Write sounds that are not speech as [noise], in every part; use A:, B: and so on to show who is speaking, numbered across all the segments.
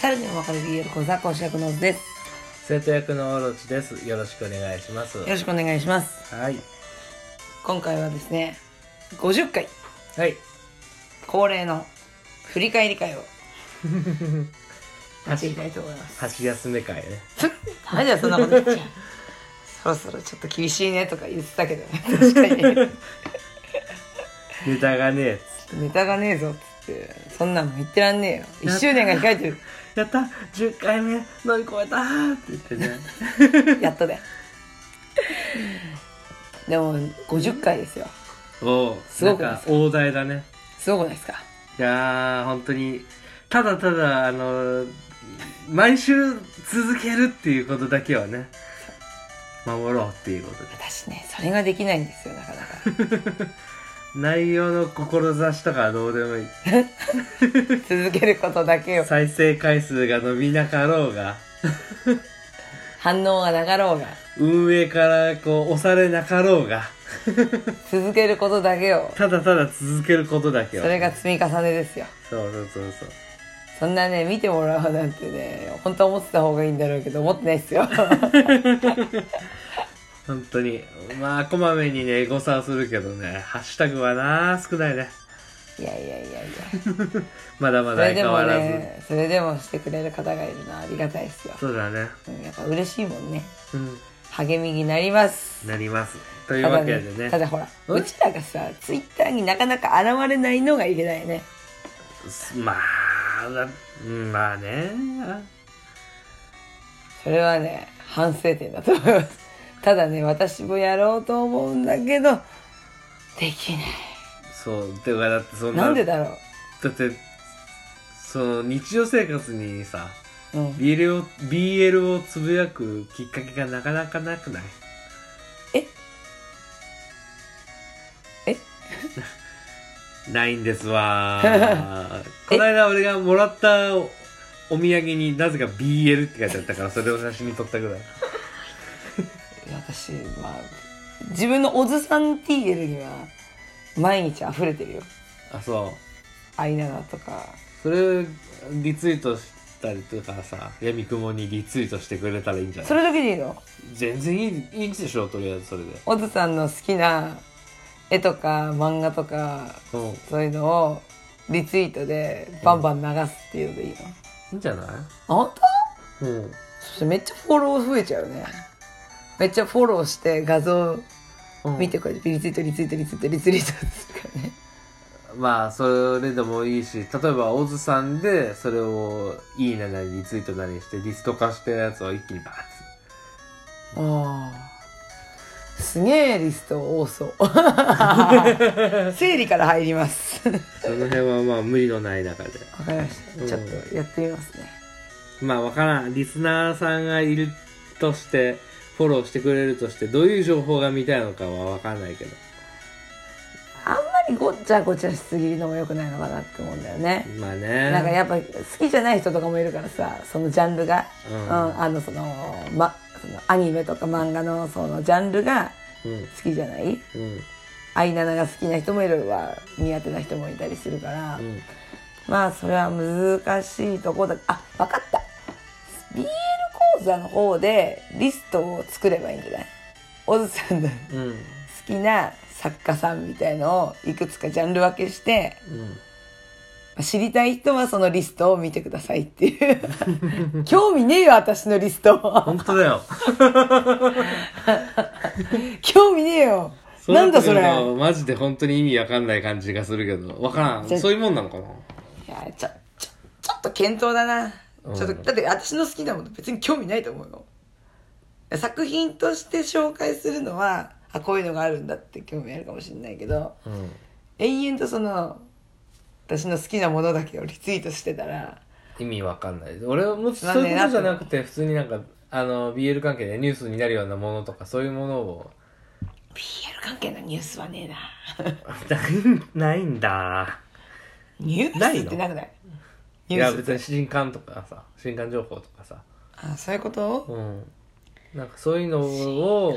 A: さらにお別れ BL 講座講師役のズです
B: 生徒役のオロチですよろしくお願いします
A: よろしくお願いします
B: はい
A: 今回はですね50回
B: はい
A: 恒例の振り返り会 [laughs] をやっていきたいと思います
B: 箸休め会ね
A: ダメだよ [laughs] そんなこと言っちゃう [laughs] そろそろちょっと厳しいねとか言ってたけどね [laughs] 確かに
B: ネタがね
A: ネタがねえぞっつってそんなの言ってらんねえよ1周年が控えて [laughs] る
B: やった10回目乗り越えたーって言ってね
A: やっとだよでも50回ですよ
B: [laughs] おお
A: すごくない
B: な
A: で
B: ん
A: す
B: か
A: か
B: 大台だね
A: すごくないですか
B: いやー本当にただただあのー毎週続けるっていうことだけはね守ろうっていうことで
A: 私ねそれができないんですよなかなか
B: 内容の志とかはどうでもいい
A: 続けることだけを
B: 再生回数が伸びなかろうが
A: 反応がなかろうが
B: 運営からこう押されなかろうが
A: 続けることだけを
B: ただただ続けることだけ
A: そ
B: を
A: れが積み重ねですよ
B: そうそうそうそう
A: そんなね見てもらうなんてね本当は思ってた方がいいんだろうけど思ってないです
B: [laughs]
A: よ
B: 本当にまあこまめにね誤差はするけどねハッシュタグはな少ないね
A: いやいやいやいや
B: まだま
A: そ
B: だ
A: れで
B: 変
A: も
B: わらず、
A: ねそれでもしてくれる方がいるのはありがたいですよ
B: そうだね
A: うんやっぱ嬉しいもんね
B: うん
A: 励みになります
B: なりますという
A: ただ
B: わ
A: ね
B: けでね
A: ただほら
B: うん
A: うちらがさツイッターになかなか現れないのがいけないね
B: まあだうんまあね
A: それはね反省点だと思いますただね私もやろうと思うんだけどできない
B: そうてかだってそんな
A: なんでだろ
B: だってその日常生活にさ
A: う、うん、
B: BL を BL をつぶやくきっかけがなかなかなくない
A: ええ
B: ないんです [laughs] わーこの間俺がもらったおお土産になぜか BL って書いてあったからそれを写真に撮ったぐらい
A: 私まあ自分のおずさん TL には毎日溢れてるよ
B: あそう
A: アイナナとか
B: それリツイートしたりとかさやみくもにリツイートしてくれたらいいんじゃ
A: そ
B: ない
A: れだけでいいの
B: 全然いいいいでしょとりあえずそれで
A: おずさんの好きな絵とか漫画とか
B: うんい
A: そういうのをリツイートでバンバン流すっていうのでいいの、
B: いんじゃない
A: あんた
B: うん
A: そしてめっちゃフォロー増えちゃうねめっちゃフォローして画像
B: うん
A: 見てこうやってリツイートリツイートリツイートリツイートするからね
B: まあそれでもいいし例えばオズさんでそれを「いいね」なりリツイートなりしてリスト化したやつを一気にバーッ
A: ああすげえリスト多 [laughs] そう整理から入りますわ
B: とその辺はまあ無理のない中で
A: かりましたちょっとやってみますね
B: まあわからんリスナーさんがいるとしてフォローしてくれるとしてどういう情報が見たいのかはわかんないけど
A: あんまりごっちゃごちゃしすぎるのも良くないのかなって思うんだよね
B: まあね
A: なんかやっぱ好きじゃない人とかもいるからさそのジャンルが、
B: う
A: うん
B: ん
A: あのその,、ま、そのアニメとか漫画のそのジャンルが
B: うん
A: 好きじゃない
B: うん
A: アイナナが好きな人もいれば苦手な人もいたりするから、
B: うん
A: まあそれは難しいとこだあ分かった BL 講座の方でリストを作ればいいんじゃないオズさんの好
B: うん
A: きな作家さんみたいのをいくつかジャンル分けして
B: うん
A: 知りたい人はそのリストを見てくださいっていう [laughs] 興味ねえよ私のリスト
B: 本当だよ
A: 興味ねえよなんだそれ
B: うなってくるとマジで本当に意味わかんない感じがするけどわから
A: じゃ
B: んそういうもんなのかない
A: やちょちょちょっと検討だな、
B: うん
A: ちょっとだって私の好きなもの別に興味ないと思うよ作品として紹介するのはあこういうのがあるんだって興味あるかもしれないけど
B: うん
A: 延々とその私の好きなものだけをリツイートしてたら
B: 意味わかんない俺はもう
A: つ
B: そ
A: まん
B: う
A: ね
B: い
A: え
B: う
A: な
B: こ
A: って
B: とじゃなくて普通になんかあの BL 関係でニュースになるようなものとかそういうものを
A: BL 関係のニュースはねえな
B: [laughs] ないんだ
A: ニュ
B: な
A: ー
B: い
A: スっ
B: の
A: てなくない
B: い
A: ニュー
B: や
A: ス
B: 別に新刊とかさ新刊情報とかさ
A: あそういうこと
B: うんなんかそういうのを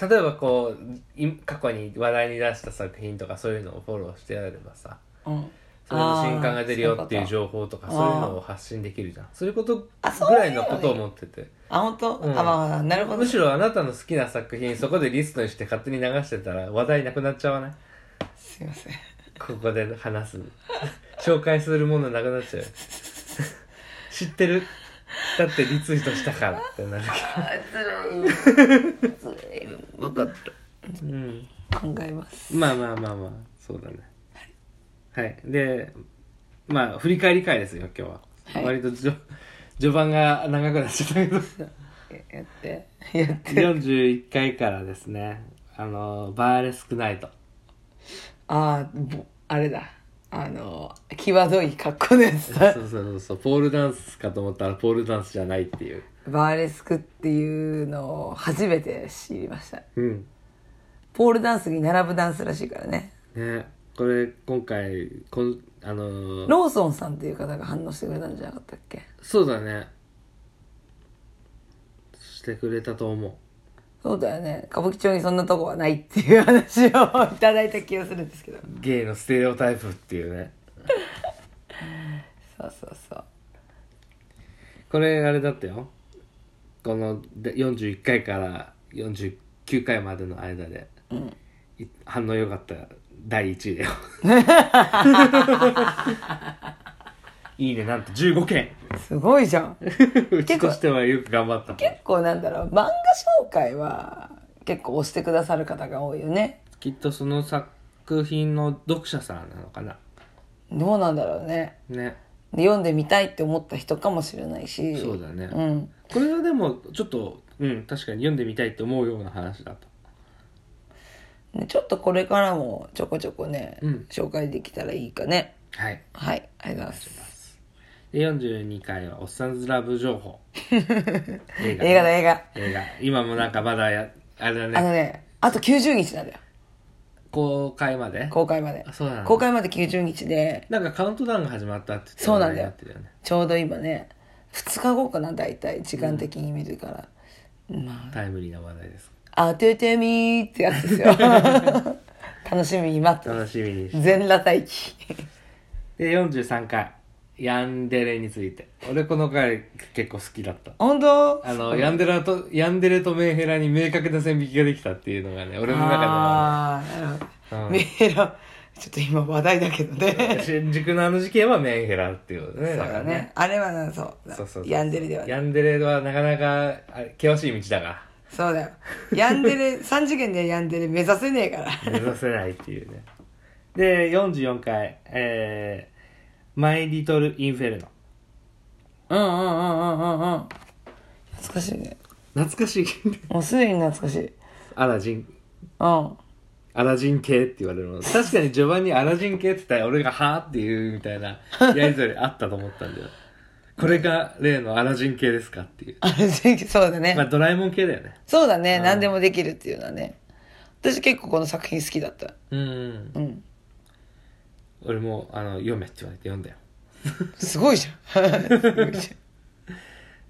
B: 例えばこうい過去に話題に出した作品とかそういうのをフォローしてやればさ
A: うん
B: それの新刊が出るよっていう
A: あーそう
B: 情報とか
A: あー
B: そういうのを発信できるじゃんそういうことぐ
A: あそう
B: ら
A: い
B: いう
A: の
B: の
A: ね
B: ことを思ってて
A: あ本当、
B: うん
A: あまあなるほど
B: むしろあなたの好きな作品そこでリストにして勝手に流してたら話題なくなっちゃわない
A: すいません
B: ここで話す [laughs] 紹介するものなくなっちゃう [laughs] よ知ってる [laughs] だってリツイートしたからってなる
A: あずるいずるい分かっ
B: けど、うん、
A: た考えます
B: まあまあまあまあそうだねはいでまあ振り返り会ですよ今日は、
A: はい
B: 割とじょ序盤が長くなっちゃったけ [laughs] ど
A: やってやって
B: 41回からですねあのバーレスクナイト
A: あーぼあれだあの際どい格好のやつ
B: そ
A: だ
B: うそうそうそうポールダンスかと思ったらポールダンスじゃないっていう
A: バーレスクっていうのを初めて知りました
B: うん
A: ポールダンスに並ぶダンスらしいからね
B: ねこれ今回こんあの
A: ローソンさんっていう方が反応してくれたんじゃなかったっけ
B: そうだねしてくれたと思う
A: そうだよね歌舞伎町にそんなとこはないっていう話をいただいた気がするんですけど
B: ゲイのステレオタイプっていうね
A: そうそうそう
B: これあれだったよこので41回から49回までの間で、い反応良かった第1位だよ [laughs] いいねなんと15件
A: すごいじゃん結
B: うちとしてはよく頑張った
A: 構なんだろう漫画紹介は結構押してくださる方が多いよね
B: きっとその作品の読者さんなのかな
A: どうなんだろうね
B: ね
A: で読んでみたいって思った人かもしれないし
B: そうだね
A: うん
B: これはでもちょっとうん確かに読んでみたいって思うような話だと
A: ねちょっとこれからもちょこちょこね、
B: うん
A: 紹介できたらいいかね
B: はい
A: はいありがとうございます
B: で42回は「おっさんずラブ情報」映
A: 映画だ映画
B: 映画今もなんかまだやあれだ
A: あ
B: ね
A: のねあと90日なんだよ
B: 公開まで
A: 公開まで
B: あそうなの
A: 公開まで90日で
B: なんかカウントダウンが始まったって言って
A: そうなんだよ
B: 話題になってるよね
A: ちょうど今ね2日後かな大体時間的に見るから、ま
B: タイムリーな話題です
A: あ当ててみーってやつです
B: [laughs]
A: よ楽しみに待ってま
B: 楽
A: す
B: しみにし
A: 全裸待機
B: で43回「ヤンデレ」について俺この回結構好きだった
A: 本当
B: あのヤンデラとヤンデレとメンヘラに明確な線引きができたっていうのがね俺の中では
A: ああーなるほど、
B: うん
A: メーラちょっと今話題だけどね
B: 新宿のあの事件はメンヘラっていうことね
A: そうだね。あれはな、そう。
B: そうそうそう
A: ヤンデレではない。
B: ヤンデレはなかなかあれ険しい道だが
A: そうだよ。ヤンデ [laughs] レ、3次元でヤンデレ目指せねえから。
B: 目指せないっていうねで44回えー「マイ・リトル・インフェルノ
A: うんうんうんうんうんうん。懐かしいね。」
B: 懐かしい
A: もうすでに懐かし [laughs] い。
B: アラジン
A: うん。
B: アラジン系って言われるもの確かに序盤にアラジン系って言ったら俺が「はあ?」っていうみたいなやりとりあったと思った [laughs] んだよこれが例のアラジン系ですかっていう
A: あれ、そうだね。
B: まあドラえもん系だよね
A: そうだね。何でもできるっていうのはね。私結構この作品好きだった。
B: うん
A: うん。
B: 俺もあの読めって言われて読んだよ
A: すごいじゃん。 [laughs] すごいじ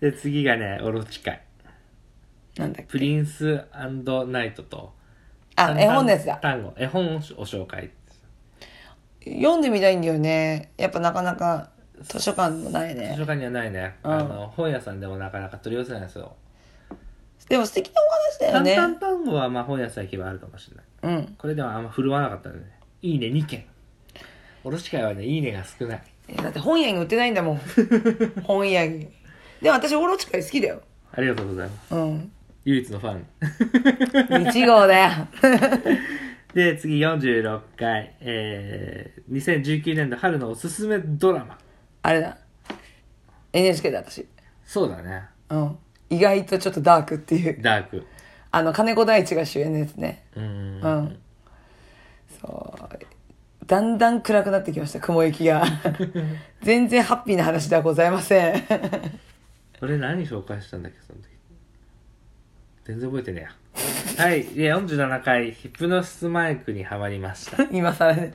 B: で次がねオロチ会
A: ゃん。なんだっ
B: プ
A: け。
B: リンスナイトと
A: あ、絵本のやつだ。
B: 単語絵本を紹介
A: 読んでみたいんだよね。やっぱなかなか図書館もないね
B: 図。書館にはないね、
A: うん
B: あの本屋さんでもなかなか取り寄せないんですよ
A: でも素敵なお話だよ
B: 単
A: ね。
B: 単単語はまあ本屋さん行けばあるかもしれない
A: うん。
B: これではあんま振るわなかったねいいね2件おろし会はねいいねが少ない
A: えだって本屋に売ってないんだ [laughs] もん本屋にでも私オロチカイ好きだよ
B: ありがとうございます
A: うん
B: 唯一のファン [laughs]
A: 1号だよ
B: で次46回えー、2019年度春のおすすめドラマ
A: [laughs] あれだ NHK だ私
B: そうだね
A: うん意外とちょっとダークっていう
B: ダーク
A: あの金子大地が主演のやつね
B: うーん
A: うん、そうだんだん暗くなってきました雲行き [laughs] が全然ハッピーな話ではございません
B: 俺何紹介したんだっけその時全然覚えてねえやはいで47回ヒプノシスマイクにはまりました
A: [laughs] 今更ね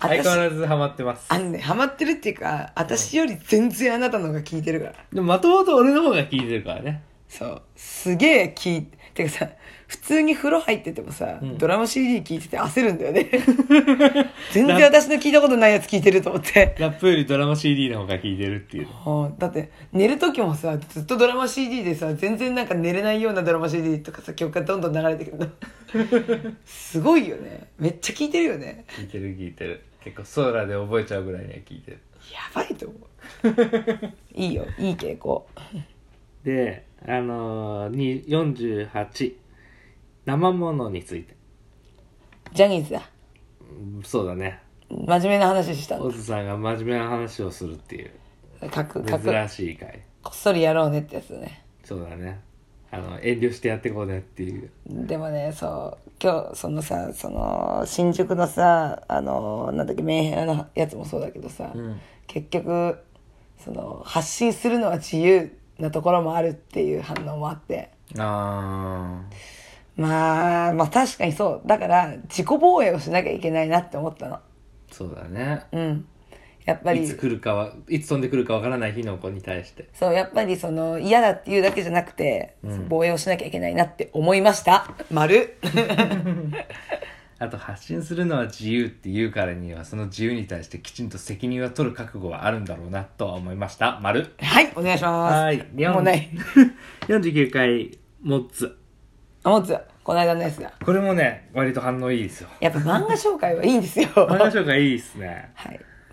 B: 相
A: 私
B: 変わらずハマってます
A: あのねハマってるっていうか私より全然あなたの方が聞いてるから
B: でもまともと俺の方が聞いてるからね
A: そう。すげえ聞い、てかさ普通に風呂入っててもさ、
B: ん
A: ドラマ CD 聞いてて焦るんだよね全然私の聞いたことないやつ聞いてると思って
B: ラップよりドラマ CD の方が聴いてるっていう
A: はあだって寝る時もさずっとドラマ CD でさ全然なんか寝れないようなドラマ CD とかさ曲がどんどん流れてくるのすごいよねめっちゃ聞いてるよね
B: 聞いてる聞いてる結構ソーラーで覚えちゃうぐらいには聞いてる
A: やばいと思ういいよいい傾向
B: であのー、に48生ものについて
A: ジャニーズだ
B: うんそうだね
A: 真面目な話したん
B: オズさんが真面目な話をするっていう
A: だかくかく
B: 珍しい回
A: こっそりやろうねってやつだね
B: そうだねあの遠慮してやってこうねっていう
A: でもねそう今日そのさその新宿のさあのなんだっけメンヘラのやつもそうだけどさ、
B: ん
A: 結局その発信するのは自由なところもあるっていう反応もあって
B: あ
A: まあまあ確かにそうだから自己防衛をしなきゃいけないなって思ったの
B: そうだね
A: うんやっぱり
B: いつ来るかはいつ飛んでくるかわからない火の粉に対して
A: そう、やっぱりその嫌だっていうだけじゃなくて、防衛をしなきゃいけないなって思いました。丸。
B: あと発信するのは自由って言うからにはその自由に対してきちんと責任は取る覚悟はあるんだろうなとは思いました丸
A: はい、お願いします。もう
B: [laughs]
A: ない。
B: 49回モッツ
A: あ、もつ、この間のやつだ。
B: これもね割と反応いいですよ
A: やっぱ漫画紹介はいいんですよ。
B: [laughs] 漫画
A: は
B: 紹介いいですね
A: い。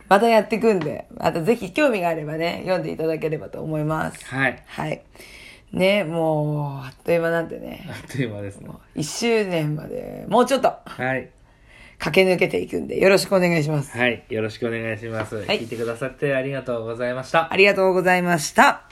A: またやっていくんで、またぜひ興味があればね、読んでいただければと思います。
B: はい
A: はい。ね、もう、あっという間なんで
B: あ
A: ね、
B: っという間ですね
A: 1周年までもうちょっと
B: はい
A: 駆け抜けていくんで、よろしくお願いします。
B: はいよろしくお願いします、
A: い
B: 聞いてくださってありがとうございました
A: ありがとうございました。